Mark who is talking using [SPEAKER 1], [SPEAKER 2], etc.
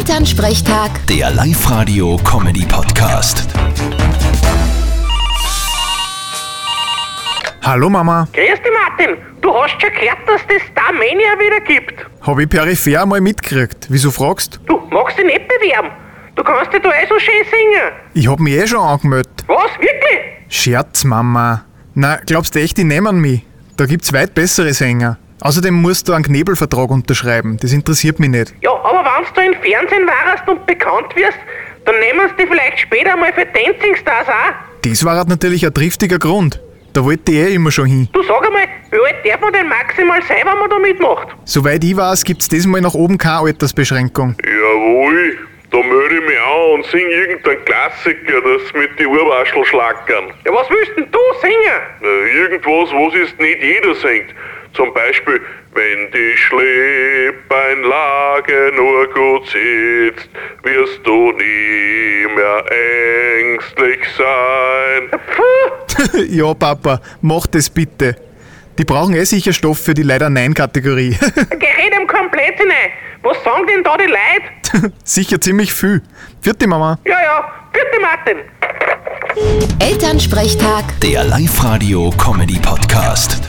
[SPEAKER 1] Elternsprechtag,
[SPEAKER 2] Der Live-Radio-Comedy-Podcast.
[SPEAKER 3] Hallo Mama,
[SPEAKER 4] Grüß dich, Martin. Du hast schon gehört, dass das Starmania wieder gibt.
[SPEAKER 3] hab ich peripher mal mitgekriegt. Wieso fragst?
[SPEAKER 4] Du magst dich nicht bewerben. Du kannst dich da eh so schön singen.
[SPEAKER 3] Ich hab mich eh schon angemeldet.
[SPEAKER 4] Was? Wirklich?
[SPEAKER 3] Scherz, Mama. Na, glaubst du echt, die nehmen mich? Da gibt's weit bessere Sänger. Außerdem musst du einen Knebelvertrag unterschreiben. Das interessiert mich nicht.
[SPEAKER 4] Ja, aber wenn du im Fernsehen warst und bekannt wirst, dann nehmen sie dich vielleicht später mal für Dancing Stars auch.
[SPEAKER 3] Das war halt natürlich ein triftiger Grund. Da wollte ich eh immer schon hin.
[SPEAKER 4] Du sag einmal, wie alt darf man denn maximal sein, wenn man da mitmacht?
[SPEAKER 3] Soweit ich weiß, gibt's diesmal nach oben keine Altersbeschränkung.
[SPEAKER 5] Jawohl, da melde ich mich an und sing irgendeinen Klassiker, das mit die Urwaschel schlackern.
[SPEAKER 4] Ja, was willst denn du singen?
[SPEAKER 5] Na, Irgendwas, was jetzt nicht jeder singt. Zum Beispiel, wenn die Schleppeinlage nur gut sitzt, wirst du nie mehr ängstlich sein.
[SPEAKER 4] Puh,
[SPEAKER 3] ja, Papa, mach das bitte. Die brauchen eh sicher Stoff für die leider Nein-Kategorie.
[SPEAKER 4] geh red ihm komplett hinein. Was sagen denn da die Leute?
[SPEAKER 3] sicher ziemlich viel. Vierte Mama.
[SPEAKER 4] Ja, ja, bitte Martin.
[SPEAKER 1] Elternsprechtag.
[SPEAKER 2] Der Live-Radio-Comedy-Podcast.